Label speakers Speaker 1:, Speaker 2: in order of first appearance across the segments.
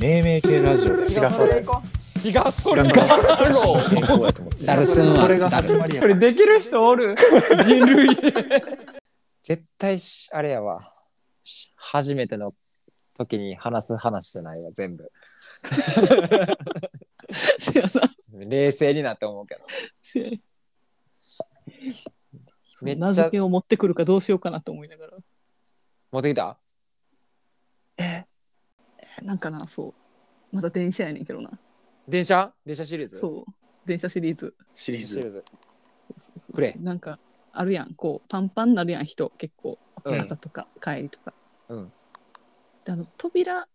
Speaker 1: 命名系ラジオだよ
Speaker 2: 違うそれ行こ
Speaker 3: 違うそれ
Speaker 1: 違う
Speaker 3: か
Speaker 1: 健康やと思って
Speaker 4: ダルスン
Speaker 2: これ
Speaker 4: は
Speaker 2: が
Speaker 4: ダル
Speaker 2: う
Speaker 3: これできる人お る人類
Speaker 4: 絶対しあれやわ初めての時に話す話じゃないわ全部冷静になって思うけどめっ
Speaker 5: 名
Speaker 4: ち
Speaker 5: 付
Speaker 4: ゃ
Speaker 5: けを持ってくるかどうしようかなと思いながら。
Speaker 4: 持ってきた
Speaker 5: えーなんかな、そう。また電車やねんけどな。
Speaker 4: 電車電車シリーズ
Speaker 5: そう。電車シリーズ。
Speaker 2: シリー
Speaker 4: シリー
Speaker 2: ズ
Speaker 4: ズくれ
Speaker 5: なんか、あるやん。こう、パンパンになるやん、人。結構。
Speaker 4: うん
Speaker 5: 朝とか帰りとか。
Speaker 4: うん
Speaker 5: であの扉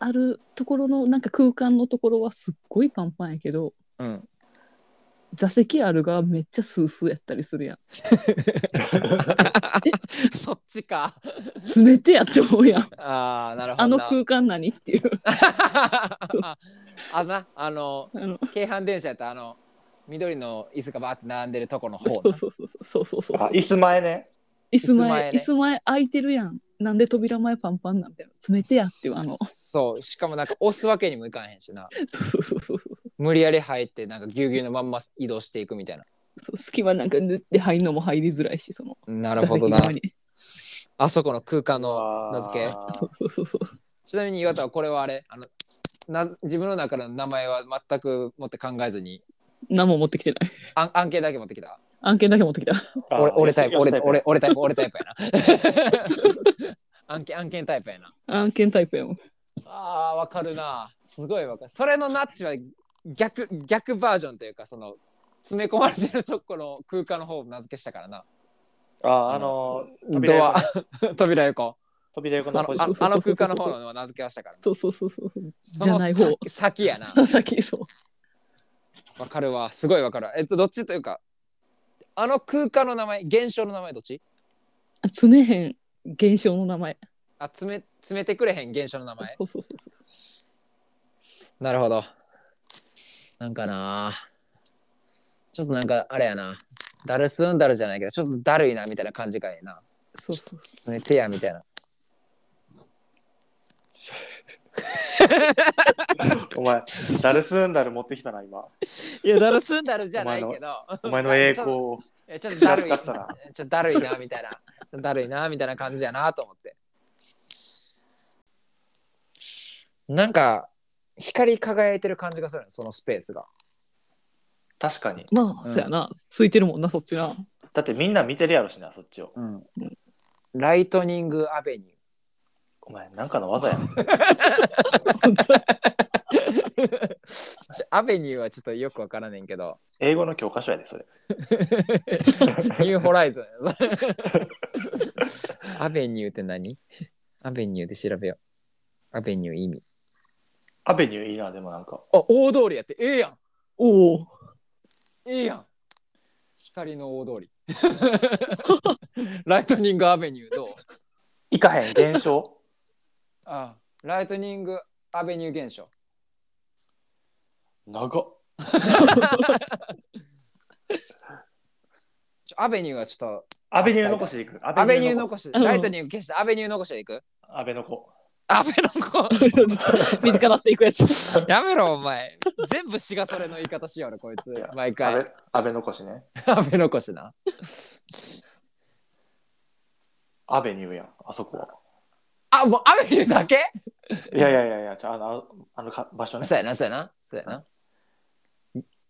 Speaker 5: あるところのなんか空間のところはすっごいパンパンやけど
Speaker 4: うん
Speaker 5: 座席あるがめっちゃスースーやったりするやん
Speaker 4: そっちか
Speaker 5: 詰めてやって思う やん
Speaker 4: ああなるほど
Speaker 5: あの
Speaker 4: な
Speaker 5: 空間何っていう
Speaker 4: あなあの
Speaker 5: あの
Speaker 4: 京阪電車やったらあの緑の椅子がバーって並んでるとこの方
Speaker 5: そうそうそうそうそうそうそ
Speaker 2: あ
Speaker 5: う
Speaker 2: 椅子前ね
Speaker 5: 椅子前
Speaker 4: 椅子前ね
Speaker 5: 椅子前空いてるやんなんで扉前パンパンなんみたいな詰めてやっていうあの
Speaker 4: そうしかもなんか押すわけにもいかへんしな
Speaker 5: そうそうそうそう
Speaker 4: 無理やり入ってなんかぎゅうぎゅうのまんま移動していくみたいな
Speaker 5: そう隙間なんか塗って入るのも入りづらいしその
Speaker 4: な
Speaker 5: な
Speaker 4: るほどな
Speaker 5: に
Speaker 4: あそこの空間
Speaker 2: あ
Speaker 4: の
Speaker 2: ー
Speaker 4: 名付け
Speaker 5: そうそうそうそう
Speaker 4: ちなみに岩田はこれはあれあのな自分の中の名前は全く持って考えずに
Speaker 5: 何も持ってきてない
Speaker 4: 案案件だけ持ってきた
Speaker 5: 案件だけ持ってきた
Speaker 2: あー
Speaker 4: 俺俺タイプ
Speaker 2: よし
Speaker 4: 俺
Speaker 2: よし
Speaker 4: 俺俺タイプ俺タイプやな案件案件タイプやな
Speaker 5: 案件タイプやもん
Speaker 4: あーわかるなすごいわかるそれのナッチは逆逆バージョンというかその詰め込まれてるとこの空間の方を名付けしたからな
Speaker 2: あーあのー扉
Speaker 4: ド
Speaker 2: 横
Speaker 4: ア 扉横
Speaker 2: 扉横の
Speaker 4: あの
Speaker 2: ポジ
Speaker 4: あ
Speaker 2: ション
Speaker 4: あの空間の方の名付けはしたから
Speaker 5: そうそうそうそうそう
Speaker 4: そ
Speaker 5: じ
Speaker 4: の
Speaker 5: ゃない方
Speaker 4: 先先やな
Speaker 5: 佐々木そう
Speaker 4: わかるわすごいわかるわえっとどっちというかあの空間の名前現象の名前どっち
Speaker 5: あ詰めへん現象の名前
Speaker 4: あ詰め詰めてくれへん現象の名前
Speaker 5: そうそうそうそう
Speaker 4: なるほど。なんかなちょっとなんかあれやな。だるすんだるじゃないけど、ちょっとだるいなみたいな感じかいな。
Speaker 5: そうそう
Speaker 4: 進めてやみたいな。
Speaker 2: お前ダルスンダル持ってきたな今
Speaker 4: いや、だるすんだるじ
Speaker 2: ゃないけ
Speaker 4: ど。
Speaker 2: お前の栄光を
Speaker 4: いやちょっとだるい。ち
Speaker 2: 懐か
Speaker 4: ょっ
Speaker 2: しさな
Speaker 4: とだるいなみたいな。ちょっとだるいなみたいな感じやなと思って。なんか、光り輝いてる感じがするのそのスペースが。
Speaker 2: 確かに
Speaker 5: まあ、
Speaker 4: うん
Speaker 5: そやなついてるもんなそっちな
Speaker 2: だってみんな見てるやろしなそっちを
Speaker 4: うん。ライトニングアベニュー。
Speaker 2: お前なんかの技やん
Speaker 4: ちょアベニューはちょっとよくわからねんけど、
Speaker 2: 英語の教科書やでそれ
Speaker 4: ニューホラ イズンやそれアベニューって何アベニューで調べよう。アベニュー意味。
Speaker 2: アベニューいいなでもなんか
Speaker 4: あ、大通りやって。ええやん。
Speaker 5: お お
Speaker 4: ええやん。光の大 通り。ライトニングアベニューどう
Speaker 2: いかへん現象
Speaker 4: あライトニングアベニュー現象。
Speaker 2: 長っ
Speaker 4: ちょアベニューはちょっ
Speaker 2: アベニュー残しでいく
Speaker 4: と、ア
Speaker 2: ア
Speaker 4: ベニュー残
Speaker 2: し
Speaker 4: し、ライトニング消して、アベニュー残していく
Speaker 2: アベノコ
Speaker 4: アベの子
Speaker 5: 自らなっていくやつ
Speaker 4: やめろお前全部しがそれの言い方しよるこいつ毎
Speaker 2: ア
Speaker 4: 回
Speaker 2: ベアベノコシね
Speaker 4: アベ残しな
Speaker 2: アベニューやんあそこは
Speaker 4: あもうアベニューだけ
Speaker 2: いやいやいやいやちょあのあのか場所ね
Speaker 4: そうやなそうやなそうやな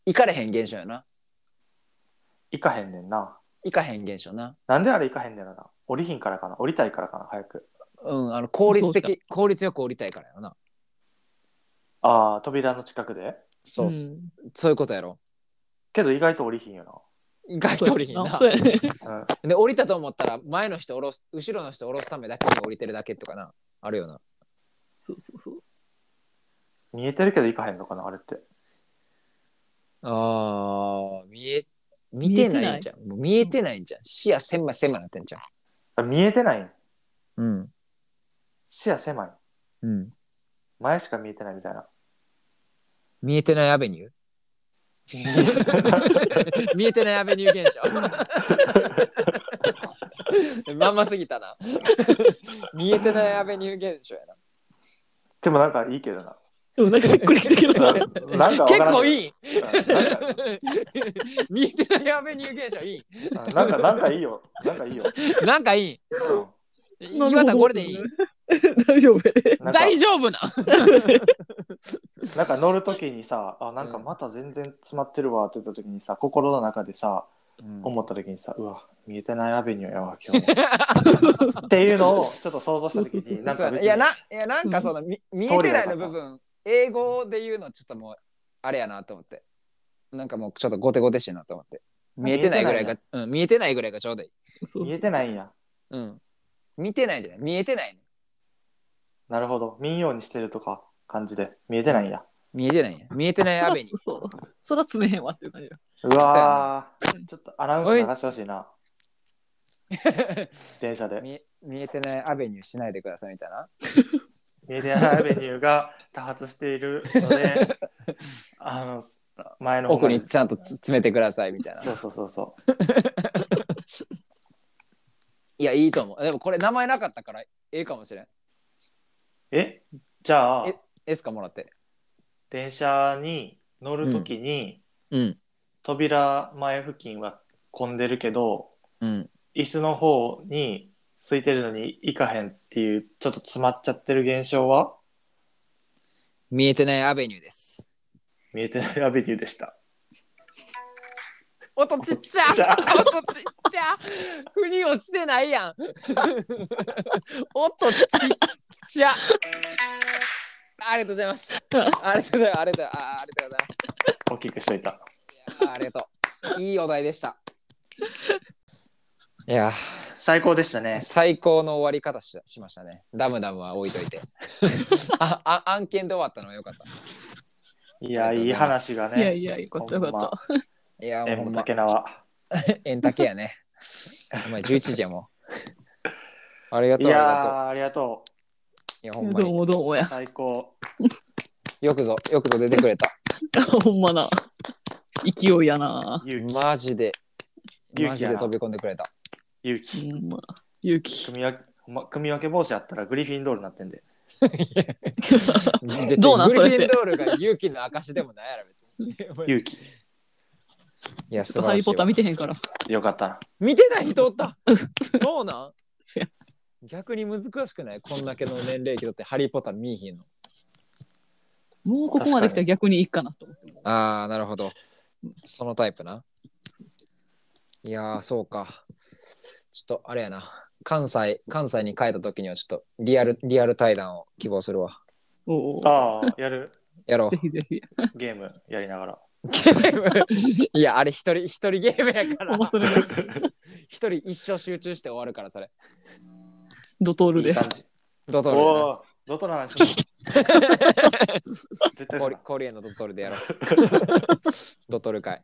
Speaker 4: 行かれへん現象やない
Speaker 2: かへんねんな
Speaker 4: 行かへん現象な
Speaker 2: なんであれいかへんねんやろな降りひんからかな降りたいからかな早く
Speaker 4: うんあの効率
Speaker 5: そう
Speaker 4: 的効率よく降りたいからやろな
Speaker 2: ああ扉の近くで
Speaker 4: そう、
Speaker 5: ん
Speaker 4: そういうことやろ
Speaker 2: けど意外と降りひんよ
Speaker 4: 意外と降りひんな
Speaker 5: そうやね
Speaker 2: な、うん、
Speaker 4: で降りたと思ったら前の人降ろす後ろの人降ろすためだけに降りてるだけとかなあるよな
Speaker 5: そうそうそう
Speaker 2: 見えてるけどいかへんのかなあれって
Speaker 4: あー見え見てないんじゃんもう見えてないんじゃん視野狭い狭いなってんじゃん
Speaker 2: あ見えてないん
Speaker 4: うん
Speaker 2: 視野狭い
Speaker 4: うん
Speaker 2: 前しか見えてないみたいな
Speaker 4: 見えてないアベニュー 見えてないアベニュー現 象まんますぎたな見えてないアベニュー現象やな
Speaker 2: でもなんかいいけどな
Speaker 5: うんなんかびっくりしたけどな。
Speaker 2: なんかわ
Speaker 4: 結
Speaker 2: からん
Speaker 4: 構いい
Speaker 2: なんか
Speaker 4: 見てないアベニュー芸者いい
Speaker 2: なんかなんかいいよ。なんかいいよ。
Speaker 4: なんかいい
Speaker 2: うん
Speaker 4: 岩田これでいい
Speaker 5: 大丈夫。
Speaker 2: なんか
Speaker 4: 大丈夫な
Speaker 2: なんか乗るときにさ、あなんかまた全然詰まってるわって言ったときにさ、心の中でさ、思ったときにさ、うわ、見えてないアベニューやわ、今 日も。っていうのをちょっと想像したときに、なん
Speaker 4: そう
Speaker 2: か
Speaker 4: やな
Speaker 2: 別
Speaker 4: いや
Speaker 2: に
Speaker 4: ないやなんかその、み見えてないの部分英語で言うのちょっともうあれやなと思ってなんかもうちょっとゴテゴテしいなと思って見えてないぐらいがうん、見えてないぐらいがちょうどいい、
Speaker 5: そう
Speaker 2: 見えてないんや。
Speaker 4: うん、見てないじゃない見えてないね
Speaker 2: なるほど。民謡にしてるとか感じで、見えてないんや。
Speaker 4: 見えてないね見えてないアベニュー
Speaker 5: そう。そら詰めへんわっていう感じだ。
Speaker 2: うわー、ちょっとアナウンス流してほしい な、電車で。
Speaker 4: 見え見えてないアベニューしないでくださいみたいな。
Speaker 2: 見えてないアベニューが多発しているの で、あの、前の方
Speaker 4: 奥に
Speaker 2: まで
Speaker 4: ちゃんとつ詰めてくださいみたいな。
Speaker 2: そうそうそうそ
Speaker 4: いや、いいと思う。でもこれ名前なかったから、ええかもしれん。
Speaker 2: う。えじゃあ、
Speaker 4: エスカもらって。
Speaker 2: 電車に乗るときに、
Speaker 4: うん。
Speaker 2: 扉前付近は混んでるけど、
Speaker 4: うん。
Speaker 2: 椅子の方に空いてるのに行かへんっていう、ちょっと詰まっちゃってる現象は、
Speaker 4: 見えてないアベニューです。
Speaker 2: 見えてないアベニューで した。
Speaker 4: 音ちっちゃ
Speaker 2: ちっちゃ
Speaker 4: 音ちっちゃ腑に落ちてないやん 音ちっちゃありがとうございます。ありがとうございます。ありがとうあありがとうございます。
Speaker 2: 大きくしといた。
Speaker 4: いやーありがとう。いいお題でした。いや
Speaker 2: 最高でした
Speaker 4: ー
Speaker 2: ね。
Speaker 4: 最高の終わり方ししましたね。ダムダムは置いといて。ああ案件で終わったのはよかっ
Speaker 2: いや、
Speaker 4: あり
Speaker 2: いい
Speaker 4: がとうございます
Speaker 2: 話が
Speaker 5: いや
Speaker 2: ね。
Speaker 5: いや、よかったよか
Speaker 2: ほんま
Speaker 5: った。
Speaker 4: た。いやー
Speaker 2: え
Speaker 4: もうほ
Speaker 2: も
Speaker 4: んま
Speaker 2: たけなわ。
Speaker 4: エンタケやね。お前11時やもう。ありが
Speaker 2: い
Speaker 4: とうあり
Speaker 2: や
Speaker 4: がとう
Speaker 2: ー、ありがとう。。
Speaker 4: いやほんま
Speaker 5: どう
Speaker 4: に
Speaker 5: もどうもや。
Speaker 2: 最高。
Speaker 4: よくぞよくぞ出てくれた。
Speaker 5: ほんまな。勢いやな。
Speaker 2: 勇気。
Speaker 4: マジでマ
Speaker 2: 勇気
Speaker 4: ジ
Speaker 2: や
Speaker 4: で
Speaker 2: な
Speaker 4: 飛び込んでくれた。
Speaker 2: 勇
Speaker 5: ほ
Speaker 2: 気。
Speaker 5: んま。勇気。
Speaker 2: 組み分け、ほんま組み分け帽子やったらグリフィンドールになってんで。
Speaker 4: 別に
Speaker 5: どうなん
Speaker 4: グ
Speaker 5: それ
Speaker 4: リフ
Speaker 5: って
Speaker 4: ィンドールが勇気の証でもないやろ別に。
Speaker 2: 勇気。
Speaker 4: いや
Speaker 5: ち
Speaker 4: 素
Speaker 5: ょっ
Speaker 4: 晴
Speaker 5: とハ
Speaker 4: らし
Speaker 5: リ
Speaker 4: い
Speaker 5: ポ
Speaker 4: わ
Speaker 5: タ見てへんから。
Speaker 2: よかったな。
Speaker 4: 見てない人おったそうなん
Speaker 5: せや
Speaker 4: 逆に難しくないこんだけの年齢期だってハリー・ポッター見えへんの
Speaker 5: もうここまで来たら逆にいいかなと思って。
Speaker 4: ああなるほどそのタイプないやーそうかちょっとあれやな関西関西に帰った時にはちょっとリアルリアル対談を希望するわ
Speaker 5: おお。
Speaker 2: ああ、やる。
Speaker 4: やろう
Speaker 5: ぜひぜひ。
Speaker 2: ゲームやりながら。
Speaker 4: いやあれ一人一人ゲームやか
Speaker 5: ほ
Speaker 4: ら
Speaker 5: んまそれが
Speaker 4: 一人一生集中して終わるからそれ
Speaker 5: ドトール
Speaker 2: いい
Speaker 5: で。
Speaker 2: 感じ。
Speaker 4: ドトールでな
Speaker 2: おお、どとの話するの絶対す
Speaker 4: 氷
Speaker 2: る
Speaker 4: 氷へのドトルでやろう。ドトル会。